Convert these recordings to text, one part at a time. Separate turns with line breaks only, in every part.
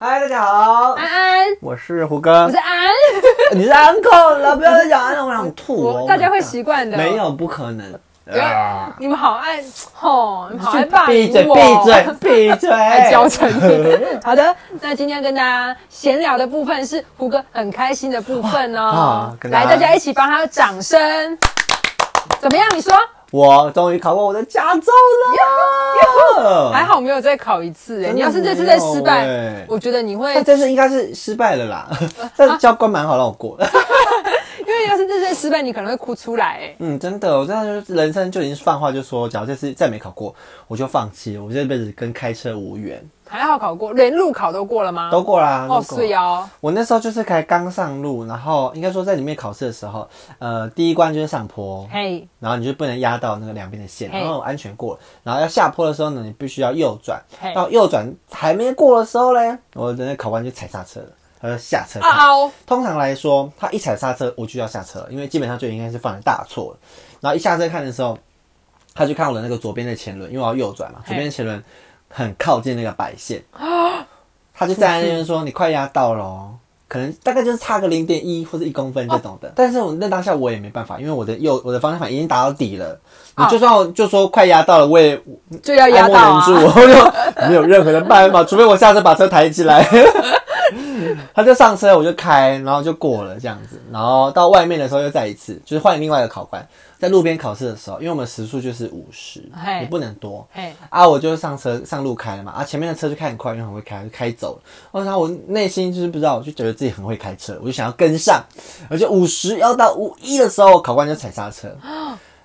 嗨，大家好，
安安，
我是胡歌
我是，安安，
你是 uncle 了，不要再讲 uncle，我想吐哦。
我大家会习惯的。
没，有，不可能。啊
你们好爱吼，你们好爱霸
闭
凌
嘴，
我，
闭嘴，哎闭嘴！
还教成。 好的，那今天跟大家闲聊的部分是胡歌很开心的部分
啊
哦。
跟大
来，
家
大家一起帮他掌声。怎么样？你说
我终于考过我的驾照了，
还。好没有再考一次
呃
哎，
真的
你要是这次再失
没有
败
欸，
我觉得你会
但，这次应该是失败了啦，但是教官蛮好让我过的。
因为要是这次失败，你可能会哭出来哎。
嗯，真的，我真的就是人生就已经放话就说，假如这次再没考过，我就放弃了，我这辈子跟开车无缘。
还好考过，连路考都过了吗？
都过啦，
哦，
都过
是哦，
我那时候就是才刚上路，然后应该说在里面考试的时候，呃，第一关就是上坡，
嘿，
然后你就不能压到那个两边的线，
嘿
然后安全过了。然后要下坡的时候呢，你必须要右转
嘿，
到右转还没过的时候嘞，我的那考官就踩刹车了，他就下车看。
啊哦，
通常来说，他一踩刹车，我就要下车了，因为基本上就应该是犯了大错了。然后一下车看的时候，他就看我的那个左边的前轮，因为我要右转嘛，左边的前轮很靠近那个白线，他就站在那边说：“你快压到了哦。”可能大概就是差个零点一或者一公分这种的，但是我那当下我也没办法，因为我的右我的方向盘已经打到底了，你
哦
就算我就说快压到了，我也
就要
爱
压
莫
到啊
能。助，我就没有任何的办法，除非我下车把车抬起来。 他就上车，我就开，然后就过了这样子。然后到外面的时候又再一次，就是换另外一个考官，在路边考试的时候，因为我们时速就是五十，
嘿
你不能多
嘿，
啊。我就上车上路开了嘛，啊，前面的车就开很快，因为很会开，就开走了。哦然后我内心就是不知道，我就觉得自己很会开车，我就想要跟上，而且五十要到五一的时候，考官就踩刹 车，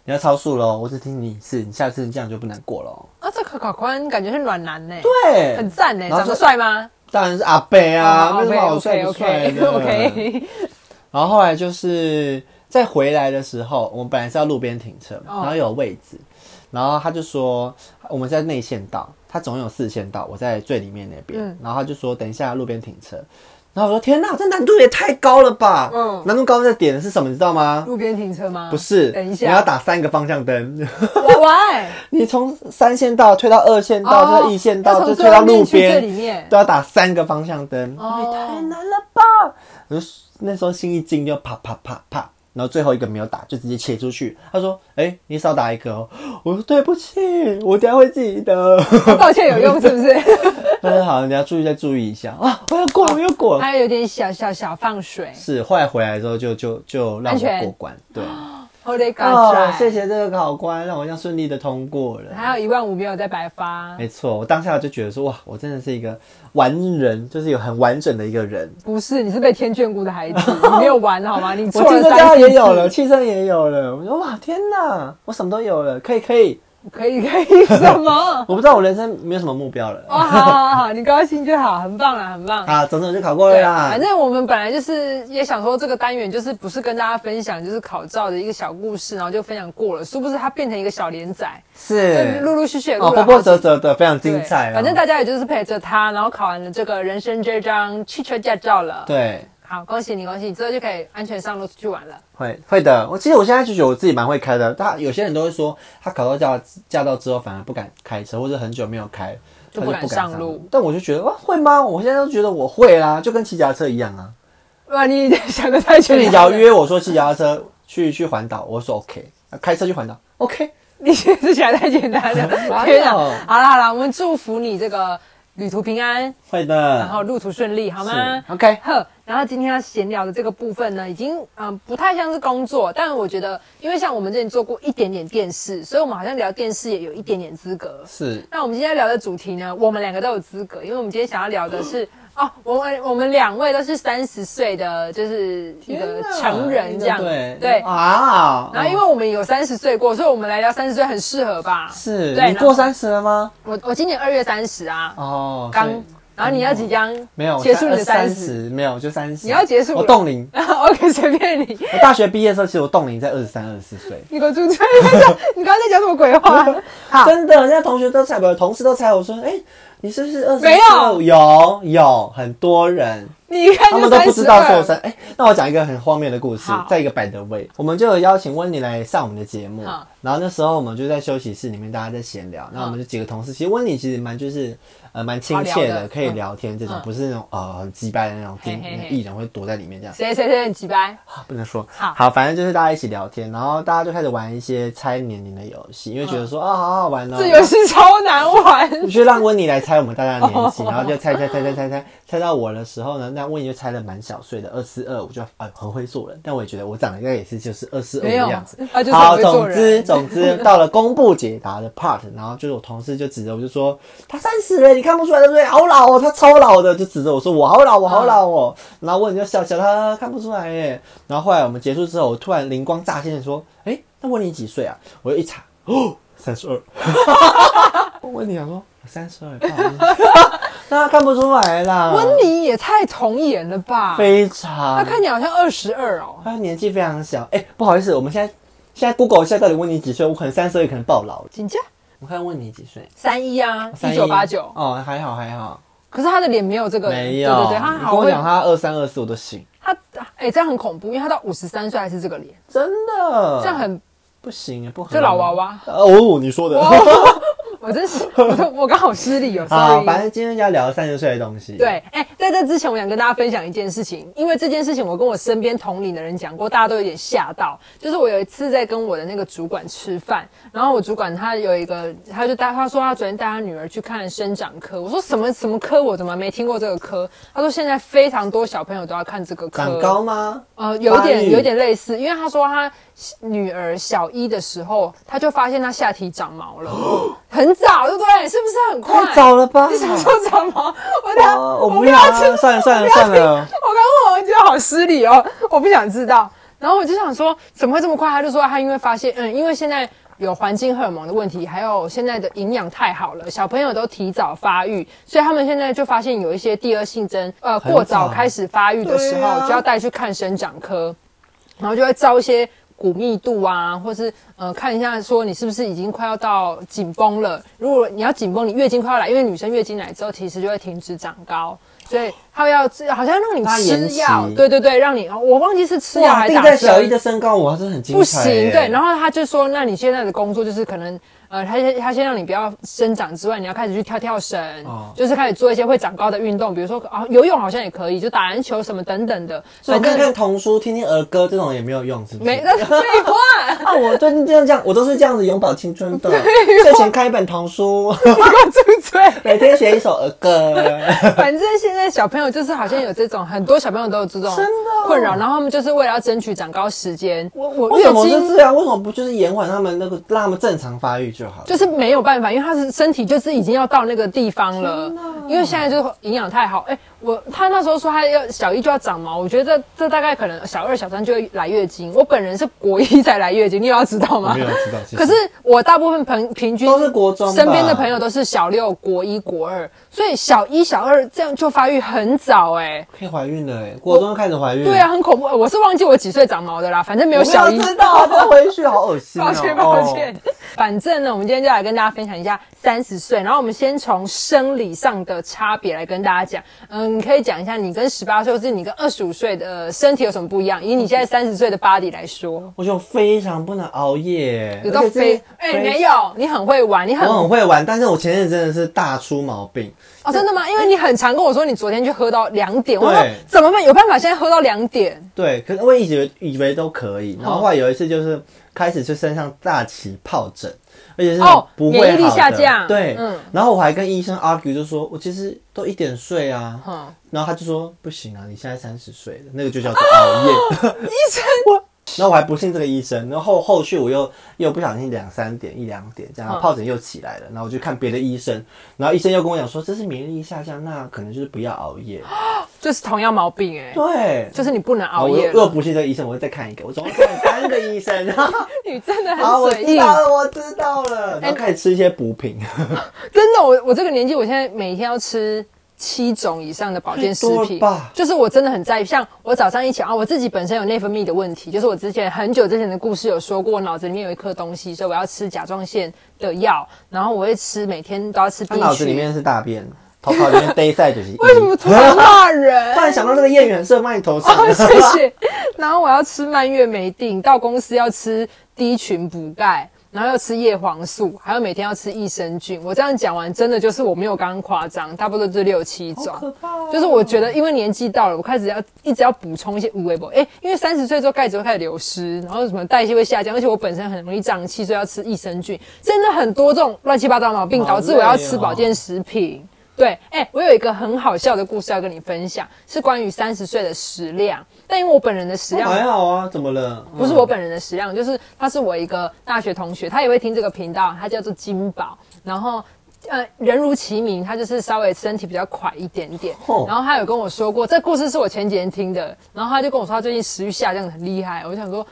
你要超速喽！我只听你一次，你下次这样就不能过喽。
啊，这个考官感觉是暖男呢、
对，
很赞呢、
然后
长
说
得帅吗？
当然是阿贝啊，
哦
为什么好帅
OK
不帅
OK
的
OK，
然后后来就是在回来的时候，我们本来是要路边停车嘛，
哦
然后有位置，然后他就说我们在内线道，他总共有四线道，我在最里面那边，
嗯
然后他就说等一下路边停车。然后我说天哪，这难度也太高了吧！
嗯
难度高的点是什么，你知道吗？
路边停车吗？
不是，
等一下
你要打三个方向灯。
，Why？
你从三线道推到二线
哦
道，推到一线道，就推到路
这
边
里，面。
都要打三个方向灯。
哦，太难了！
我就那时候心一惊，就啪啪啪啪，然后最后一个没有打，就直接切出去。他说：“哎、你少打一个哦。”我说：“对不起，我等一下会记得。
抱歉有用是 不是？”
他说：“ 好，你要注意再注意一下啊！我要过了，我要过了。
还有点小小小放水”。
是，后来回来之后就就就让
安全
我过关，对，
Holy
哦，谢
God！
谢这个考官，让我这样顺利的通过了。
还有一万五没有再白发，
没错，我当下就觉得说，哇，我真的是一个完人，就是有很完整的一个人。
不是，你是被天眷顾的孩子， 你没有玩好吗？你
我
错
汽
了
车驾
三
照
四
也
次
有了，，汽车也有了。我说哇，天哪，我什么都有了，可以可以。
可以可以什 么？
我不知道我人生没有什么目标了。
哦，好好好，你高兴就好，很棒啦，很棒。
啊，总之我就考过了
对
啦。
反正我们本来就是也想说这个单元就是不是跟大家分享就是考照的一个小故事，然后就分享过了，殊不知它变成一个小连载，就是
是
陆陆续续也
哦，
录
波
了好
波
几。
折折的，非常
对
精彩哦。
反正大家也就是陪着他，然后考完了这个人生这张汽车驾照了。，
对
好，恭喜你，恭喜你，之后就可以安全上路出去玩了。
会会的。我其实我现在就觉得我自己蛮会开的。他有些人都会说，他考到驾驾照之后反而不敢开车，或者很久没有开，
就
他
不
不
敢上
上
路。
但我就觉得哇，会吗？我现在都觉得我会啦，就跟骑脚踏车一样 啊。
哇，你想的太
就
全
你
面
只要
了，
约我说骑脚踏车去去环岛，我说 OK，啊开车去环岛 OK。
你想的想得太简单了
哪。有
天啊！好了好了，我们祝福你这个旅途平安，
会的。
然后路途顺利，好吗
是？OK，
呵，然后今天要闲聊的这个部分呢，已经嗯、呃不太像是工作，但我觉得，因为像我们之前做过一点点电视，所以我们好像聊电视也有一点点资格。
是
那我们今天聊的主题呢，我们两个都有资格，因为我们今天想要聊的是哦，我们我们两位都是三十岁的，就是一个成人这样，
对
对。
啊。
然后因为我们有三十岁过，所以我们来聊三十岁很适合吧？
是
对。
你过
然后
三十了吗？
我我今年二月三十啊，
哦，所以嗯
刚。然后你要即将
没有
结束你的
三
三十
十，没有就三十。
你要结束了
我冻龄。
，OK，随便你。
我大学毕业的时候，其实我冻龄在二十三、二十四岁。
你给我住嘴！ 你刚才在讲什么鬼话？好，
真的，人家同学都猜我，同事都猜我说，哎、你是不是二十？
没有
有有很多人，
你
他
看就
们都
三
不知
十
道说我
二，
三。哎、那我讲一个很荒谬的故事
好，
在一个百德味，我们就有邀请温妮来上我们的节目
好。
然后那时候我们就在休息室里面，大家在闲聊。那我们就几个同事，其实温妮其实蛮就是呃蛮亲切
好聊
的，
的
可以聊天这种，
嗯
不是那种呃很鸡掰的那种
嘿嘿
那
嘿
个艺人会躲在里面这样。
谁谁谁很鸡掰，
啊不能说
好
反正就是大家一起聊天，然后大家就开始玩一些猜年龄的游戏，因为觉得说、啊，好好玩哦，
嗯这游戏超难玩。
你就让温妮来猜我们大家的年纪，
哦
然后就猜猜猜猜猜猜，猜到我的时候呢，那温妮就猜的蛮小岁的，二四二，我就啊很会做人，但我也觉得我长得应该也是就是二四二
没有
的样 子。
啊就是
好，
很会做
总之
人
总 之到了公布解答的 part，然后就是我同事就指着我就说他三十了，你看不出来对不对？好老哦，他超老的，就指着我说我好老，我好老哦。然后温妮就笑笑，他看不出来耶。然后后来我们结束之后，我突然灵光乍现地说，哎、那温妮几岁啊？我就一查，哦，三十二。 我问你想说三十二，不好意思 那看不出来啦。
温妮也太童颜了吧？
嗯非常，
啊她看起来好像二十二哦。
他啊年纪非常小。哎、不好意思，我们现在现在 Google 一下到底问你几岁，我可能三十二，可能爆老了。
紧接
我看问你几岁？
三一啊，一
31
九八九。
哦，还好还好，
可是她的脸没有这个，
没有。
对对对，她
你
好
跟我
会，
讲他二三二四我都信，
她哎、这样很恐怖，因为她到五十三岁还是这个脸，
真的。
这样很，
不行，不合理
这老娃娃。
哦，你说的。
我真是，我都我刚好失礼哦
嗯好，
，sorry。
反正今天要聊三十岁的东西。
对，，哎、在这之前，我想跟大家分享一件事情，因为这件事情我跟我身边同龄的人讲过，大家都有点吓到。就是我有一次在跟我的那个主管吃饭，然后我主管他有一个，他就带他说他昨天带他女儿去看生长科，我说什么什么科，我怎么没听过这个科？他说现在非常多小朋友都要看这个科，
长高吗？
呃，有一
发
点
育
有一点类似，因为他说他女儿小一的时候，他就发现他下体长毛了， 很早，对不对？是不是很快？
太早了吧？
你什么时候长毛？我等下
哦
我
我
不
不
要
要
吃，我
啊，算了算了算了。
刚问我觉得好失礼哦，我不想知道。然后我就想说，怎么会这么快？他就说他因为发现，嗯，因为现在有环境荷尔蒙的问题，还有现在的营养太好了，小朋友都提早发育，所以他们现在就发现有一些第二性征，呃，
很
过早
早
开始发育的时
对
候，
啊
就要带去看生长科，然后就会照一些骨密度啊，或是呃看一下说你是不是已经快要到紧绷了。如果你要紧绷，你月经快要来，因为女生月经来之后其实就会停止长高，所以她要吃好像让你
她
吃
延期
药，对对对，让你哦我忘记是吃药
哇，
还是
定
打
在
针
小一的身高，我还是很精彩。
不行，对。然
后
后他就说，那你现在的工作就是可能，呃，他先他先让你不要生长之外，你要开始去跳跳绳，
哦
就是开始做一些会长高的运动，比如说啊游泳好像也可以，就打篮球什么等等的，
所以看看童书、听听儿歌这种也没有用，是不是？
没 啊那废话，
啊，我最近这样这样，我都是这样子永葆青春 的。睡前看一本童书，
你给我 住嘴。
每天学一首儿歌。
反正现在小朋友就是好像有这种，很多小朋友都有这种
真的哦
困扰，然后他们就是为了要争取长高时间，我 我
为
月
什么是
经
这样？为什么不就是延缓他们那个，让他们正常发育就好了？
就是没有办法，因为他是身体就是已经要到那个地方了，因为现在就是营养太好。哎、我他那时候说他要小一就要长毛，我觉得这这大概可能小二小三就会来月经，我本人是国一才来月经，你有要知道吗？
知道。
可是我大部分朋平均
都是国中吧
身边的朋友都是小六、国一、国二，所以小一、小二这样就发育很早哎、
可以怀孕了、欸，国中就开始怀孕。
对啊，，很恐怖。我是忘记我几岁长毛的啦，反正没有
我
小
没
一
有。知 道，再回去好恶心、哦。
抱歉，抱 歉。反正呢，我们今天就来跟大家分享一下三十岁，然后我们先从生理上的差别来跟大家讲。嗯，你可以讲一下你跟十八岁，或是你跟二十五岁的呃身体有什么不一样？以你现在三十岁的 body 来说，
我就非常不能熬夜，
有到
而且
飞
是
哎、
非哦
没有，你很会玩，你很
我很会玩，但是我前阵子真的是大出毛病。
哦，真的吗？因为你很常跟我说你昨天就喝到两点，我说
对
怎么办？有办法现在喝到两点？
对，可是我一直以为都可以，然后后来有一次就是开始就身上大起疱疹，而且是
哦
不会好的
免疫力下降
对，
嗯
然后我还跟医生 argue，就说我其实都一点睡 啊，
嗯
然后他就说不行啊，你现在三十岁了，那个就叫做熬夜。
医生，我
然后我还不信这个医生，然后后续我又又不小心两三点一两点这样
嗯，
疱疹又起来了，然后我就看别的医生，然后医生又跟我讲说这是免疫力下降，那可能就是不要熬 夜。
就是同样毛病哎、
对，
就是你不能
然后
熬
哦我
夜
又又
了，
不信这个医生，我又再看一个，我 总共看了三个医生。
你真的
好，
很
我
随
知
意。
道了，我知 道了。然后开始吃一些补品，
真的，我我这个年纪，我现在每天要吃七种以上的保健食
太多
品
了吧，
就是我真的很在意。像我早上一起啊，我自己本身有内分泌的问题，就是我之前很久之前的故事有说过，我脑子里面有一颗东西，所以我要吃甲状腺的药，然后我会吃每天都要吃 B
他脑子里
群。
面是大便，头脑里面 day 赛就是一。啊
为什么突然骂人
突？然想到那个叶远射卖头 上，
哦，谢谢。然后我要吃蔓越莓定，到公司要吃 D 群补钙，然后要吃叶黄素，还有每天要吃益生菌。我这样讲完，真的就是我没有刚刚夸张，差不多就是六七种。
哦
就是我觉得，因为年纪到了，我开始要一直要补充一些无微博，哎、因为三十岁之后钙质会开始流失，然后什么代谢会下降，而且我本身很容易胀气，所以要吃益生菌，真的很多这种乱七八糟的毛病，
好累
导
哦
致我要吃保健食品。对，哎、我有一个很好笑的故事要跟你分享，是关于三十岁的食量，但因为我本人的食量
还好啊，怎么了？
不是我本人的食量，就是他是我一个大学同学，他也会听这个频道，他叫做金宝，然后。呃，人如其名，他就是稍微身体比较垮一点点。
哦
然后他有跟我说过，这故事是我前几天听的。然后他就跟我说，他最近食欲下降得很厉害。我就想说，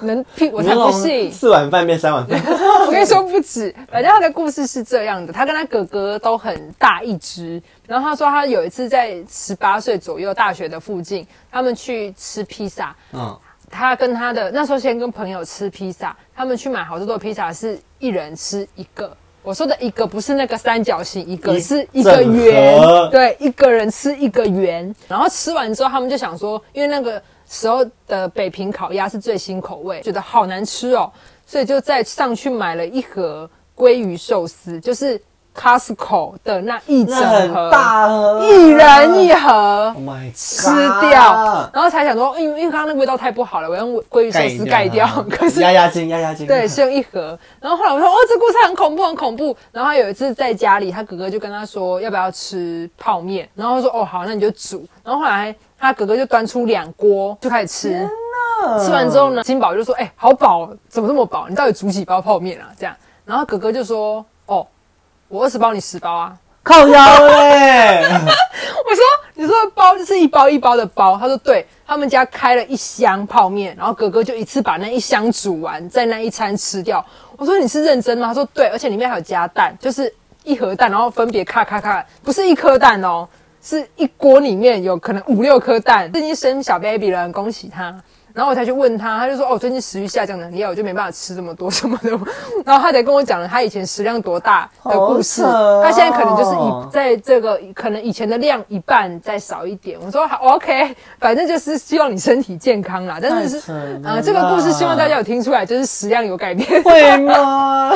能屁我
嗯
才不
你那
信
种！四碗饭变三碗饭，
我跟你说不止，反正他的故事是这样的，他跟他哥哥都很大一只，然后他说他有一次在十八岁左右大学的附近，他们去吃披萨，
嗯，
他跟他的那时候先跟朋友吃披萨，他们去买好多多披萨，是一人吃一个。我说的一个不是那个三角形一个，
一
是一个圆
整盒，
对，一个人吃一个圆。然后吃完之后，他们就想说，因为那个时候的北平烤鸭是最新口味，觉得好难吃哦，所以就再上去买了一盒鲑鱼寿司，就是 Costco 的那一整
那很
盒，
大盒，
一人一盒。
，Oh my，
吃
哦
掉，然后才想说，因为因为刚刚那个味道太不好了，我用鲑鱼寿司盖掉。 可
嗯
是
压压惊，压压惊，
对，是用一盒。然后后来我说，哦，这故事很恐怖，很恐怖。然后他有一次在家里，他哥哥就跟他说，要不要吃泡面？然后他说，哦，好，那你就煮。然后后来他哥哥就端出两锅，就开始吃。吃完之后呢，金宝就说，哎、好饱哦，怎么这么饱？你到底煮几包泡面啊？这样。然后哥哥就说，哦，我二十包，你十包啊。
靠腰 嘞，
我说：“你说的包就是一包一包的包。”他说：“对，他们家开了一箱泡面，然后哥哥就一次把那一箱煮完，在那一餐吃掉。”我说：“你是认真吗？”他说：“对，而且里面还有加蛋，就是一盒蛋，然后分别咔咔咔，不是一颗蛋哦，是一锅里面有可能五六颗蛋。最近生小 baby 了，恭喜他。”然后我才去问他，他就说：“哦，最近食欲下降的很厉害，我就没办法吃这么多什么的。”然后他才跟我讲了他以前食量多大的故事，
好扯哦
他现在可能就是一在这个可能以前的量一半再少一点。我说好 OK，反正就是希望你身体健康啦。但是
太
是
扯了
啊、这个故事希望大家有听出来，就是食量有改变，
会吗？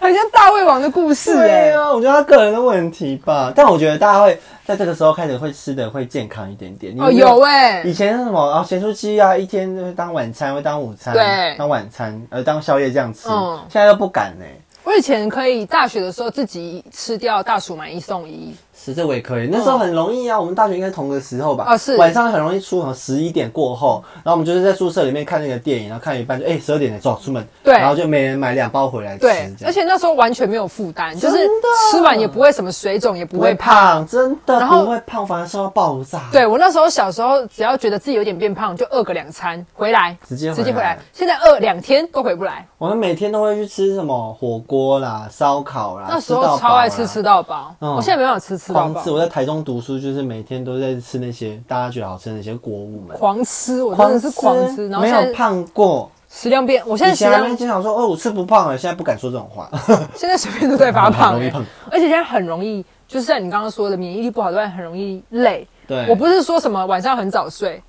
很像大胃王的故事哎、
对啊，我觉得他个人的问题吧，但我觉得大家会在这个时候开始会吃的会健康一点点。你
哦，有哎、
以前是什么啊，咸酥鸡啊，一天就是当晚餐，会当午餐，
对
当晚餐，呃，当宵夜这样吃，
嗯
现在都不敢欸呢、
我以前可以大学的时候自己吃掉大薯买一送一，
是这我也可以，那时候很容易啊。我们大学应该同个时候吧？
嗯哦是
晚上很容易出，好像十一点过后，然后我们就是在宿舍里面看那个电影，然后看一半就哎十二点了，走出门，
对
然后就每人买两包回来吃，
对，
这
而
样
且那时候完全没有负担，就是
真的
吃完也不会什么水肿，也不
不
会
会
胖。
胖，真的
然后
不会胖，反而瘦到爆炸。，
对我那时候小时候，只要觉得自己有点变胖，就饿个两餐回来，
直接回来
直接回来。现在饿两天都回不来，
我们每天都会去吃什么火锅啦、烧烤啦，
那时
啊吃到
候
饱
超爱
啦
吃吃到饱，
嗯
我现在没办法吃吃到
狂
饱
吃。，我在台中读书，就是每天都在吃那些大家觉得好吃的那些锅物们，
狂吃，我真的是狂吃，然后
没
现
有
在
胖过。
食量变，我现在
以
食
前还没
量
经常说哦，我吃不胖了，现在不敢说这种话。
现在随便都在发
很
胖、
容易
欸
胖，
而且现在很容易，就是像你刚刚说的，免疫力不好之外，很容易累。
对，
我不是说什么晚上很早睡，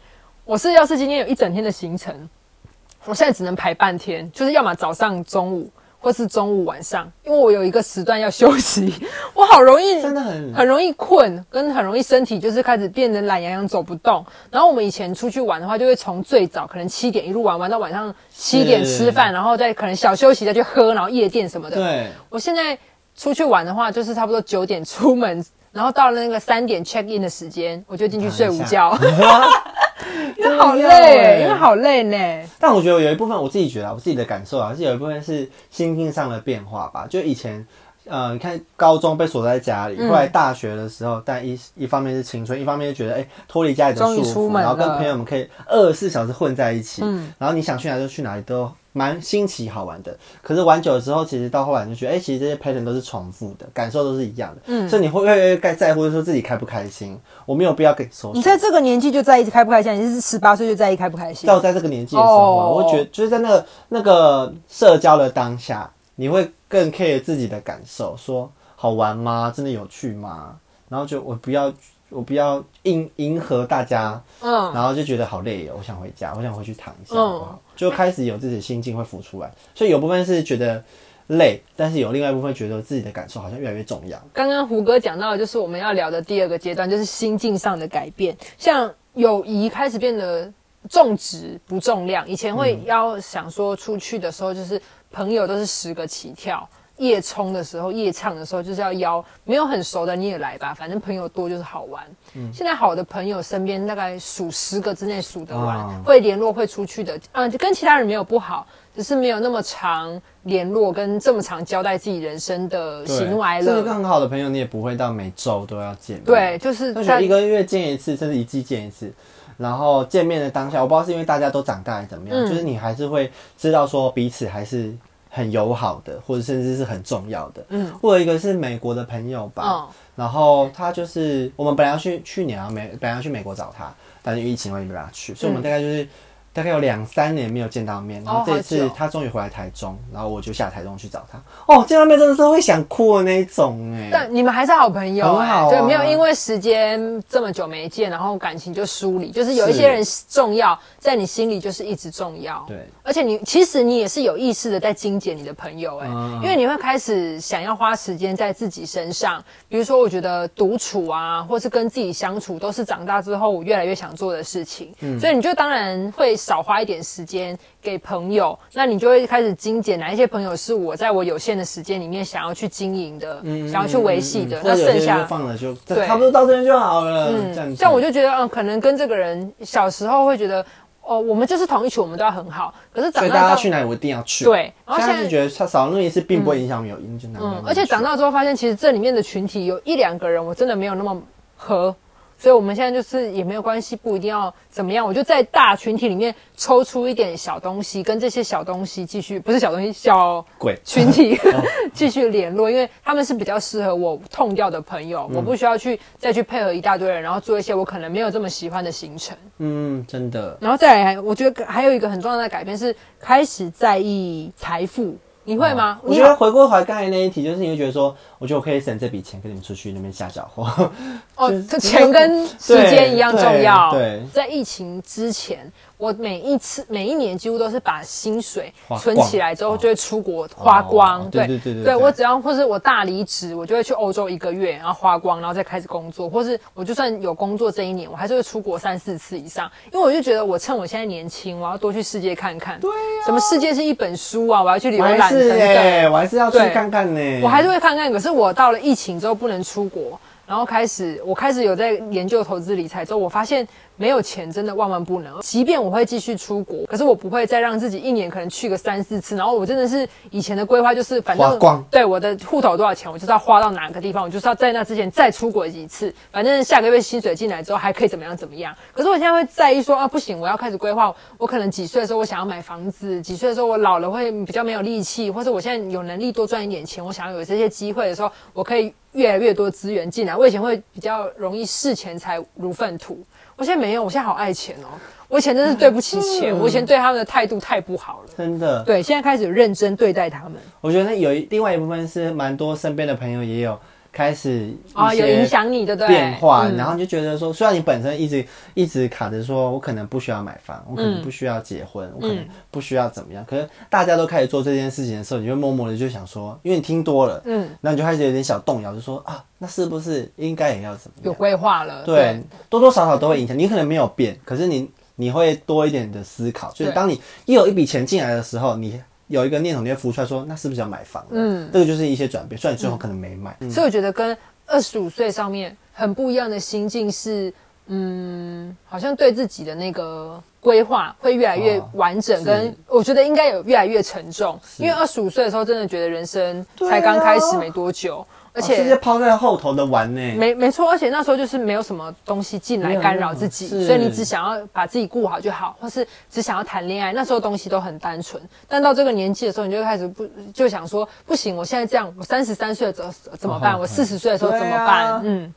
我是要是今天有一整天的行程，我现在只能排半天，就是要么早上、中午，或是中午晚上，因为我有一个时段要休息， 我好容易
真的很
很容易困，跟很容易身体就是开始变得懒洋洋，走不动。然后我们以前出去玩的话，就会从最早可能七点一路玩玩到晚上七点吃饭，然后再可能小休息再去喝，然后夜店什么的。
对，
我现在出去玩的话，就是差不多九点出门，然后到了那个三点 check in 的时间，我就进去睡午 觉，因为 好
真的要
累，
欸
因为好累呢。
但我觉得有一部分我自己觉得啊，我自己的感受啊，是有一部分是心境上的变化吧。就以前，呃，你看高中被锁在家
嗯
里，后来大学的时候，但一一方面是青春，一方面就觉得哎脱离家里的
终于
束
出
缚，
门
然后跟
了嗯
朋友们可以二十四小时混在一起，然后你想去哪就去哪里都蛮新奇好玩的。可是玩久了之后，其实到后来就觉得，哎、其实这些 pattern 都是重复的，感受都是一样的。嗯，所以你会越来越在在乎说自己开不开心。我没有必要跟你说什么。
你在这个年纪就在意开不开心，你是十八岁就在意开不开心
在。我在这个年纪的时候啊，
哦
我会觉得就是在那个那个社交的当下，你会更 care 自己的感受，说好玩吗？真的有趣吗？然后就我不要。我不要迎迎合大家，
嗯，
然后就觉得好累哦，我想回家，我想回去躺一下，
嗯
好不好就开始有自己的心境会浮出来。所以有部分是觉得累，但是有另外一部分觉得自己的感受好像越来越重要。
刚刚胡歌讲到的就是我们要聊的第二个阶段，就是心境上的改变，像友谊开始变得重质不重量。以前会要想说出去的时候，就是朋友都是十个起跳。夜冲的时候，夜唱的时候，就是要邀没有很熟的你也来吧，反正朋友多就是好玩。现在好的朋友身边大概数十个之内数得完，
啊
会联络会出去的，嗯、就跟其他人没有不好，只是没有那么长联络跟这么长交代自己人生的喜怒哀
这
乐。
个很好的朋友，你也不会到每周都要见面。
对，就是
那时候
在
一个月见一次，甚至一季见一次。然后见面的当下，我不知道是因为大家都长大还是怎么样，
嗯
就是你还是会知道说彼此还是很友好的，或者甚至是很重要的。
嗯
我有一个是美国的朋友吧，
嗯
然后他就是我们本来要去去年啊美本来要去美国找他，但是因为疫情关系没办法去，所以我们大概就是、大概有两三年没有见到面。然后
嗯哦
这一
好
次
久
他终于回来台中，然后我就下台中去找他。哦，见到面真的是会想哭的那一种哎、
但你们还是好朋友、
很
哎
好啊
对，没有因为时间这么久没见，然后感情就疏离，就是有一
是
些人重要，在你心里就是一直重要。
对，
而且你其实你也是有意识的在精简你的朋友、哎、
嗯
因为你会开始想要花时间在自己身上，比如说我觉得独处啊，或是跟自己相处，都是长大之后我越来越想做的事情，
嗯
所以你就当然会少花一点时间给朋友，那你就会开始精简哪一些朋友是我在我有限的时间里面想要去经营的，想要去维系的，
嗯
那
或者有些
剩下
就放了就
对
差不多到这边就好了，这样子。
像我就觉得，嗯，可能跟这个人小时候会觉得，哦，我们就是同一群，我们都要很好，可是
所
长
以大家
大
要
到
去哪里我一定要去。
对然后
现
现在嗯
在是觉得他少那一次并不会影响我们友谊，就难怪。
嗯，而且长大之后发现，其实这里面的群体有一两个人我真的没有那么合，所以我们现在就是也没有关系，不一定要怎么样，我就在大群体里面抽出一点小东西，跟这些小东西继续，不是小东西，小
鬼
群体
哦
继续联络，因为他们是比较适合我痛掉的朋友，
嗯
我不需要去再去配合一大堆人，然后做一些我可能没有这么喜欢的行程。
嗯，真的
然后再来，我觉得还有一个很重要的改变是开始在意财富，你会吗？
哦我
你
觉
好
得回过头来刚才那一题，就是你会觉得说，我觉得我可以省这笔钱跟你们出去那边下小货。
哦
就是，
这钱跟时间一样重要。
对对对
在疫情之前，我每一次每一年几乎都是把薪水
花光
存起来之后就会出国花光。
哦
对
对对对对对
我只要或是我大离职，我就会去欧洲一个月，然后花光，然后再开始工作。或是我就算有工作这一年，我还是会出国三四次以上，因为我就觉得我趁我现在年轻，我要多去世界看看。对、什么世界是一本书啊，我要去浏
我还
览
是
等等。
哎，我还是要去
对
看看呢、
我还是会看看，可是我到了疫情之后不能出国，然后开始我开始有在研究投资理财之后，我发现没有钱真的万万不能。即便我会继续出国，可是我不会再让自己一年可能去个三四次。然后我真的是以前的规划就是，反
花
正
光
对我的户头有多少钱，我就是要花到哪个地方，我就是要在那之前再出国一次。反正下个月薪水进来之后还可以怎么样怎么样。可是我现在会在意说啊，不行，我要开始规划，我可能几岁的时候我想要买房子，几岁的时候我老了会比较没有力气，或者我现在有能力多赚一点钱，我想要有这些机会的时候，我可以越来越多资源进来。我以前会比较容易视钱财如粪土，我现在没有，我现在好爱钱哦。我以前真是对不起钱，我以前对他们的态度太不好了。
真的，
对，现在开始认真对待他们。
我觉得有一另外一部分是蛮多身边的朋友也有开始
啊、
一
有
些
影响你，对不对？
变化，
嗯
然后你就觉得说，虽然你本身一直一直卡着说，我可能不需要买
嗯
房，我可能不需要结婚，我可能不需要怎么样，可是大家都开始做这件事情的时候，你就默默的就想说，因为你听多了，
嗯，
那你就开始有点小动摇，就说啊，那是不是应该也要怎么
有
样？
规划了，
对，多多少少都会影响。你可能没有变，可是你你会多一点的思考，就是
对
当你一有一笔钱进来的时候，你有一个念头，你会浮出来说，那是不是要买房？嗯，这个就是一些转变，虽然你最后可能没买。
嗯
嗯
所以我觉得跟二十五岁上面很不一样的心境是，嗯，好像对自己的那个规划会越来越
哦
完整，
是
跟我觉得应
啊
该有越来越沉重，因为二十五岁的时候真的觉得人生才刚开始没多久。而
直
且
接啊抛在后头的玩呢、
没没错，而且那时候就是没有什么东西进来干扰自己
没有没，有
所以
是
你只想要把自己顾好就好，或是只想要谈恋爱。那时候东西都很单纯，但到这个年纪的时候，你就开始不就想说，不行，我现在这样，我三十三岁的时候怎么办？
哦
我四十岁的时候怎么
对
办
啊？
嗯，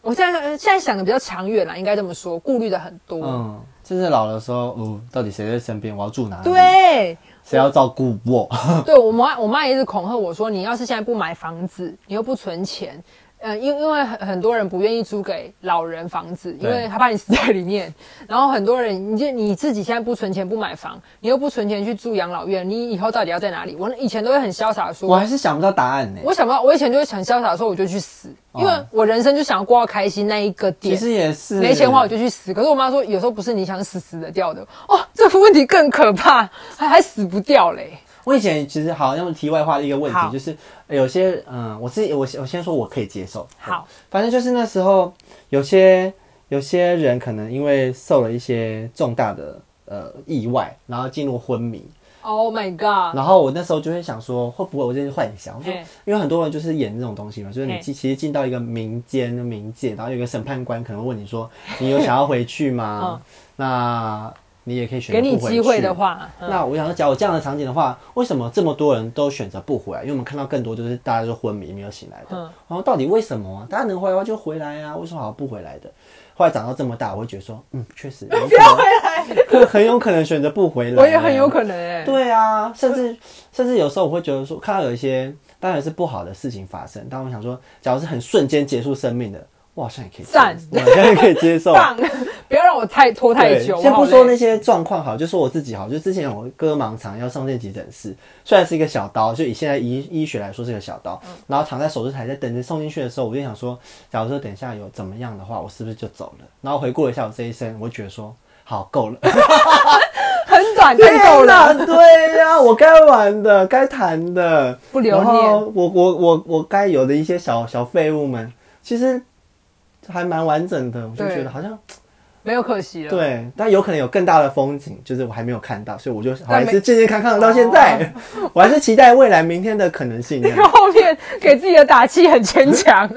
我现在现在想的比较长远啦，应该这么说，顾虑的很多。
嗯，就是老的时候，嗯，到底谁在身边？我要住哪里？，
对，啊
谁要照顾我？
对我妈，我妈也一直恐吓我说，你要是现在不买房子，你又不存钱，呃，因因为很很多人不愿意租给老人房子，因
对
为他怕你死在里面。然后很多人，你就你自己现在不存钱不买房，你又不存钱去住养老院，你以后到底要在哪里？我以前都会很潇洒的说，
我还是想不到答案呢、
我想不到，我以前就会很潇洒的说，我就去死，因为我人生就想要过到开心那一个
哦其
点。
实也是
没钱花我就去死，可是我妈说有时候不是你想死死得掉的哦，这个问题更可怕，还还死不掉嘞。
我以前其实好，那么题外话的一个问
好
题就是，有些嗯，我自己我先我先说我可以接受。
好，
反正就是那时候有些有些人可能因为受了一些重大的呃意外，然后进入昏迷。
Oh my god！
然后我那时候就会想说，会不会我这是幻想？我说
嘿，
因为很多人就是演这种东西嘛，就是你
嘿
其其实进到一个民间冥界，然后有一个审判官可能问你 说，你有想要回去吗？那你也可以选择
嗯给你
不回
机会的
去
话，嗯
那我想要假如这样的场景的话，为什么这么多人都选择不回来？因为我们看到更多就是大家都昏迷没有醒来的。
嗯
然后到底为什么啊？大家能回来的话就回来啊，为什么好不回来的？后来长到这么大，我会觉得说，嗯，确 实，不要回来，很有可能选择不回来。
我也很有可能哎、
对啊，甚至甚至有时候我会觉得说，看到有一些当然是不好的事情发生，但我想说，假如是很瞬间结束生命的，我好像也可以接受，
赞
我好像也可以接 受。
棒，不要让我太拖太
对，
久。
先
我好
不说
累
那些状况好，就说我自己好。就之前我割盲肠要上进急诊室，虽然是一个小刀，就以现在医医学来说是个小刀，
嗯
然后躺在手术台在等着送进去的时候，我就想说，假如说等一下有怎么样的话，我是不是就走了？然后回顾了一下我这一生，我觉得说，好够了。
很短太够了，
天哪，对呀、我该玩的，该谈的，
不留念
然后我我我我该有的一些小小废物们，其实还蛮完整的，我就
对
觉得好像
没有可惜了。
对，但有可能有更大的风景，就是我还没有看到，所以我就
但
还
没
是健健康康的到现在，
哦
我还是期待未来明天的可能性啊这 样。
后面给自己的打气很 牵强。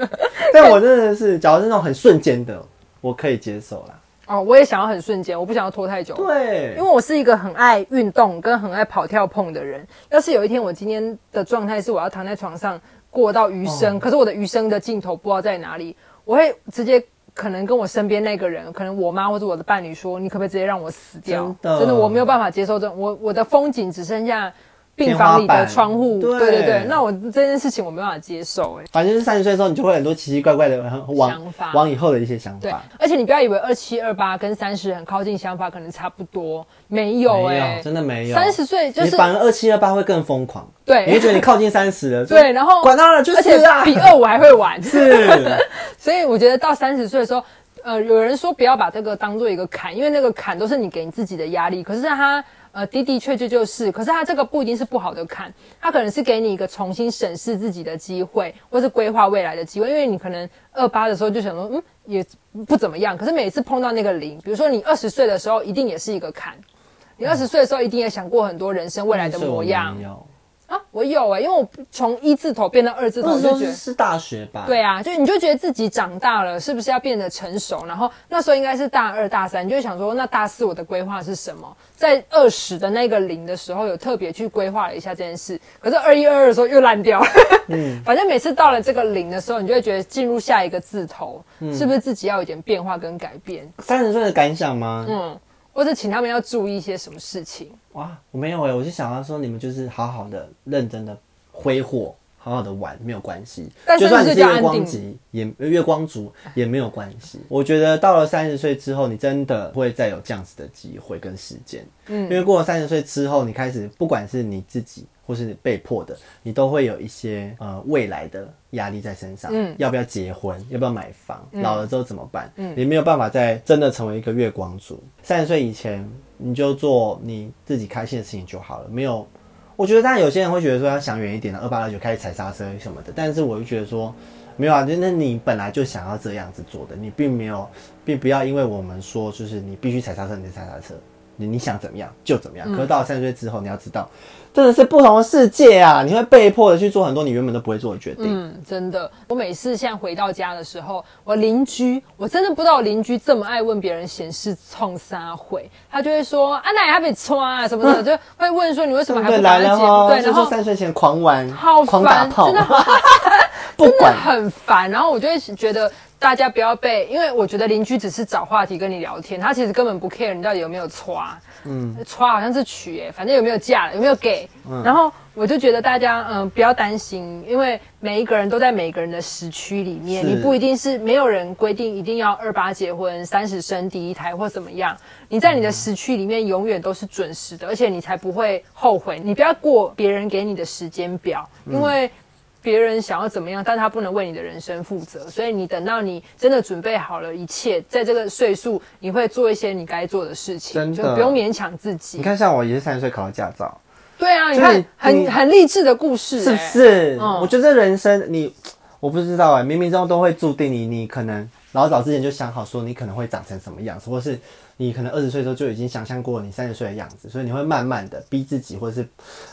但我真的是，假如是那种很瞬间的，我可以接受啦。
哦，我也想要很瞬间，我不想要拖太久。
对，
因为我是一个很爱运动跟很爱跑跳碰的人。要是有一天我今天的状态是我要躺在床上过到余
哦
生，可是我的余生的尽头不知道在哪里，我会直接可能跟我身边那个人，可能我妈或者我的伴侣说：“你可不可以直接让我死掉？”
真的
我没有办法接受这种，我我的风景只剩下病
天花
房里的
板
窗户。
对
对对对，那我这件事情我没办法接受、哎。
反正是三十岁的时候，你就会有很多奇奇怪怪的很
想
往
法
往以后的一些想
对
法。，
而且你不要以为二七二八跟三十很靠近，想法可能差不多，没有
没有
哎、
真的没有。
三十岁就
你
是
反而二七二八会更疯狂，
对
你会觉得你靠近三十 了，
对，然后
管他了，就
而
是
且
啊，
比二五还会玩，
是，
所以我觉得到三十岁的时候，呃，有人说不要把这个当做一个坎，因为那个坎都是你给你自己的压力。可是他呃的的确确就是，可是他这个不一定是不好的坎，他可能是给你一个重新审视自己的机会，或是规划未来的机会。因为你可能二八的时候就想说，嗯，也不怎么样。可是每次碰到那个零，比如说你二十岁的时候，一定也是一个坎。你二十岁的时候，一定也想过很多人生未来的
所嗯以我
模样
没有。
啊！我有哎、因为我从一字头变到二字头，
那
我
时
就
候
觉得
是是大学吧？
对，啊，就你就觉得自己长大了，是不是要变得成熟？然后那时候应该是大二、大三，你就会想说，那大四我的规划是什么？在二十的那个零的时候，有特别去规划了一下这件事。可是二一、二二的时候又烂掉了。嗯， 反正每次到了这个零的时候，你就会觉得进入下一个字头，是不是自己要有点变化跟改变？
三十岁的感想吗？
嗯，或者请他们要注意一些什么事情？
哇，我没有哎、我就想要说你们就是好好的、认真的挥霍，好好的玩，没有关系
但。
就算你是
30就
月
安定
光族也呃月光族也没有关系。我觉得到了三十岁之后，你真的不会再有这样子的机会跟时间。嗯，因为过了三十岁之后，你开始不管是你自己或是你被迫的，你都会有一些呃未来的压力在身上。嗯，要不要结婚？要不要买房？老了之后怎么办？嗯，你没有办法再真的成为一个月光族。三十岁以前，你就做你自己开心的事情就好了，没有。我觉得，当然有些人会觉得说要想远一点的，二八二九开始踩刹车什么的。但是我就觉得说，没有啊，就那你本来就想要这样子做的，你并没有，并不要因为我们说就是你必须踩刹车，你就踩刹车，你你想怎么样就怎么
嗯
样。可是到了三十岁之后，你要知道，真的是不同的世界啊！你会被迫的去做很多你原本都不会做的决定。
嗯，真的，我每次现在回到家的时候，我邻居，我真的不知道我邻居这么爱问别人闲事冲撒会，他就会说啊，奶还被穿啊什么的，就会问说你为什么还
对，
不
来
赶
了
快结婚？
哈，
对，
就
然
说
后
三岁前狂玩、
好
狂打
烦，
炮
真，的 好
不
真的
管
很烦。然后我就会觉得大家不要被，因为我觉得邻居只是找话题跟你聊天，他其实根本不 care 你到底有没有刷，嗯，刷好像是娶耶、反正有没有嫁，有没有给。
嗯
然后我就觉得大家嗯、不要担心，因为每一个人都在每个人的时区里面，
是
你不一定是没有人规定一定要二八结婚、三十生第一胎或怎么样。你在你的时区里面永远都是准时的，而且你才不会后悔。你不要过别人给你的时间表，
嗯
因为别人想要怎么样，但他不能为你的人生负责，所以你等到你真的准备好了一切，在这个岁数，你会做一些你该做的事情，
真
就
的
不用勉强自
你
己。
看，像我也是三十岁考到驾照，
对啊，你
就是
看很
你
很励志的故事、
是不
哎？
是？
嗯
我觉得人生你，我不知道哎、冥冥中都会注定你，你可能老早之前就想好说你可能会长成什么样子，或是你可能二十岁的时候就已经想象过你三十岁的样子，所以你会慢慢的逼自己，或者是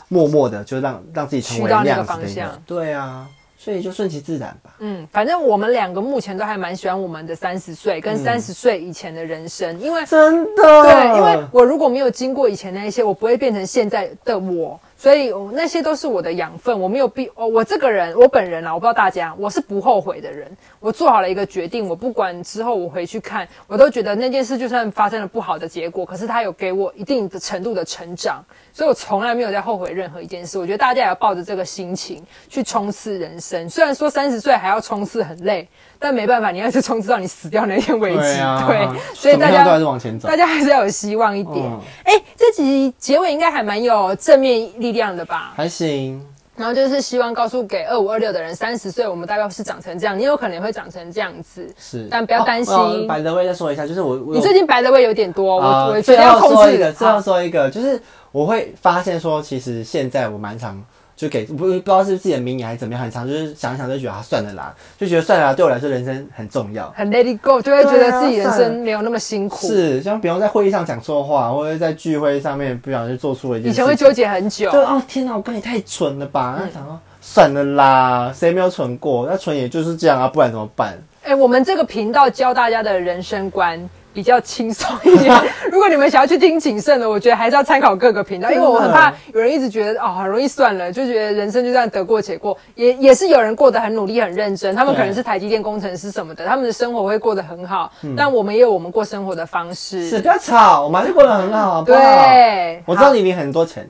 默默的就让让自己成为
去到
那
那个
样子
方
的一个
向
人。对啊，所以就顺其自然吧。
嗯，反正我们两个目前都还蛮喜欢我们的三十
嗯
岁跟三十岁以前的人生，因为
真的，
对，因为我如果没有经过以前那一些，我不会变成现在的我，所以我那些都是我的养分。我没有必哦，我这个人，我本人啦，我不知道大家，我是不后悔的人。我做好了一个决定，我不管之后我回去看，我都觉得那件事就算发生了不好的结果，可是它有给我一定的程度的成长，所以我从来没有在后悔任何一件事。我觉得大家也要抱着这个心情去冲刺人生。虽然说三十岁还要冲刺很累，但没办法，你要是冲刺到你死掉那一天为止。
对啊，
对，所以
怎么
大
样
家
都还是往前走
大。家还是要有希望一点
嗯。
哎、这集结尾应该还蛮有正面力量的吧？
还行，
然后就是希望告诉给二五二六的人，三十岁我们大概是长成这样，你有可能也会长成这样子。
是，哦
但不要担心
白德威再说一下，就是我，我
你
有
最近白的位有点多，
啊，
哦我我觉
最
得要
后
控
说
制
一个，最
好
后说一个，就是我会发现说，其实现在我蛮常就给不不知道是自己的名言还是怎么样，很常就是想一想就觉得啊算了啦，就觉得算了啦，对我来说人生很重要，
很 let it go，就会觉
对
得
啊
自己人
算了
生没有那么辛苦。
是像不用在会议上讲错话，或者在聚会上面不小心做出了一件
以
事情，
前会纠结嗯很久，
对哦，天哪，我跟你太蠢了吧？然后想说算了啦，谁没有蠢过？那蠢也就是这样啊，不然怎么办？
哎、我们这个频道教大家的人生观比较轻松一 点。如果你们想要去听谨慎的，我觉得还是要参考各个频道，因为我很怕有人一直觉得哦很容易算了，就觉得人生就这样得过且过。也也是有人过得很努力、很认真，他们可能是台积电工程师什么的，他们的生活会过得很好。但我们也有我们过生活的方式。
嗯是不要吵，我们还是过得很好，好不好？
对，
我知道你领很多钱，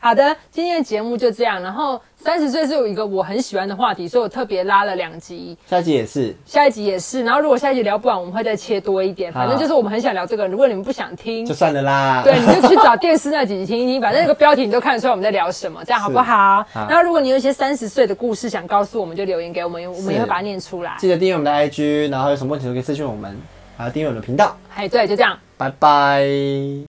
好的，今天的节目就这样。然后三十岁是有一个我很喜欢的话题，所以我特别拉了两集。
下集也是。
下一集也是，然后如果下一集聊不完，我们会再切多一点。
好
反正就是我们很想聊这个，如果你们不想听
就，算了啦。
对，你就去找电视那几集听一听，反正那个标题你都看得出来我们在聊什么，这样好不好？
好
然后如果你有一些三十岁的故事想告诉我们，就留言给我们，我们也会把它念出来。
记得订阅我们的 IG，然后有什么问题都可以私信我们，还有订阅我们的频道，
哎，对，就这样。
拜拜。